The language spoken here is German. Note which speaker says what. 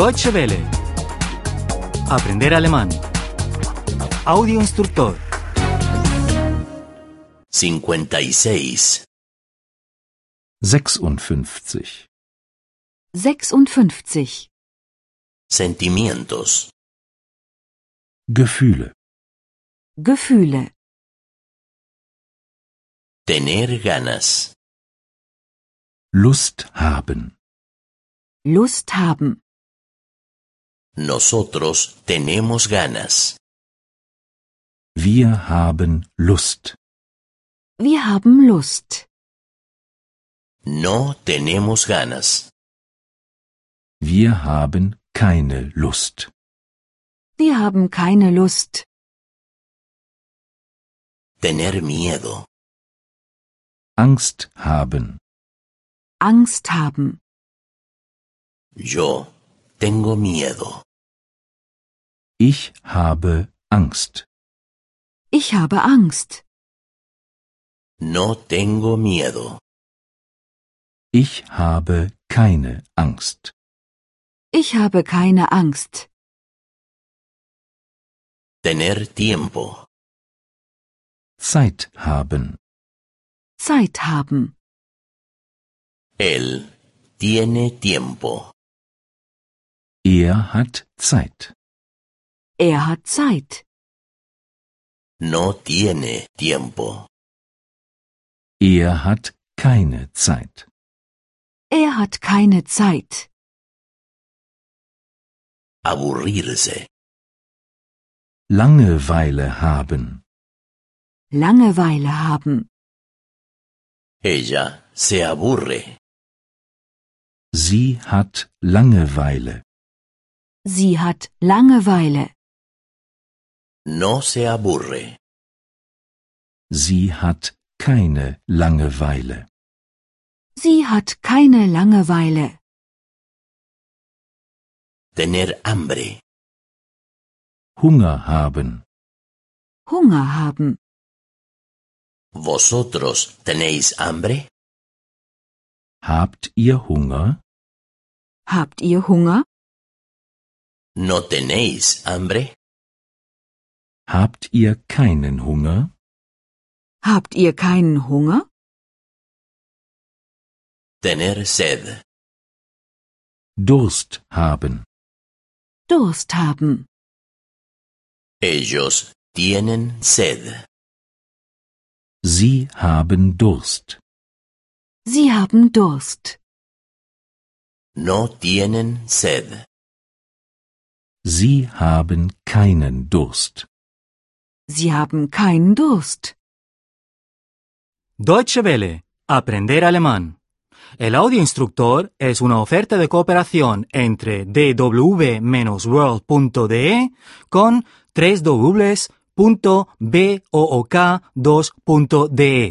Speaker 1: Deutsche Welle. Aprender alemán. Audio instructor.
Speaker 2: 56.
Speaker 3: 56.
Speaker 4: 56.
Speaker 2: Sentimientos.
Speaker 3: Gefühle.
Speaker 4: Gefühle.
Speaker 2: Tener ganas.
Speaker 3: Lust haben.
Speaker 4: Lust haben.
Speaker 2: Nosotros tenemos ganas.
Speaker 3: Wir haben Lust.
Speaker 4: Wir haben Lust.
Speaker 2: No tenemos ganas.
Speaker 3: Wir haben keine Lust.
Speaker 4: Wir haben keine Lust.
Speaker 2: Tener miedo.
Speaker 3: Angst haben.
Speaker 4: Angst haben.
Speaker 2: Yo tengo miedo.
Speaker 3: Ich habe Angst.
Speaker 4: Ich habe Angst.
Speaker 2: No tengo miedo.
Speaker 3: Ich habe keine Angst.
Speaker 4: Ich habe keine Angst.
Speaker 2: Tener tiempo.
Speaker 3: Zeit haben.
Speaker 4: Zeit haben.
Speaker 2: Él tiene tiempo.
Speaker 3: Er hat Zeit.
Speaker 4: Er hat Zeit.
Speaker 2: No tiene tiempo.
Speaker 3: Er hat keine Zeit.
Speaker 4: Er hat keine Zeit.
Speaker 2: Aburrirse.
Speaker 3: Langeweile haben.
Speaker 4: Langeweile haben.
Speaker 2: Ella se aburre.
Speaker 3: Sie hat Langeweile.
Speaker 4: Sie hat Langeweile.
Speaker 2: No se aburre.
Speaker 3: Sie hat keine Langeweile.
Speaker 4: Sie hat keine Langeweile.
Speaker 2: Tener hambre.
Speaker 3: Hunger haben.
Speaker 4: Hunger haben.
Speaker 2: ¿Vosotros tenéis hambre?
Speaker 3: Habt ihr Hunger?
Speaker 4: Habt ihr Hunger?
Speaker 2: ¿No tenéis hambre?
Speaker 3: Habt ihr keinen Hunger?
Speaker 4: Habt ihr keinen Hunger?
Speaker 2: Tener sed.
Speaker 3: Durst haben.
Speaker 4: Durst haben.
Speaker 2: Ellos tienen sed.
Speaker 3: Sie haben Durst.
Speaker 4: Sie haben Durst.
Speaker 2: No tienen sed.
Speaker 3: Sie haben keinen Durst.
Speaker 4: Sie haben keinen Durst.
Speaker 1: Deutsche Welle. Aprender alemán. El audio instructor es una oferta de cooperación entre dw-world.de con 3 2de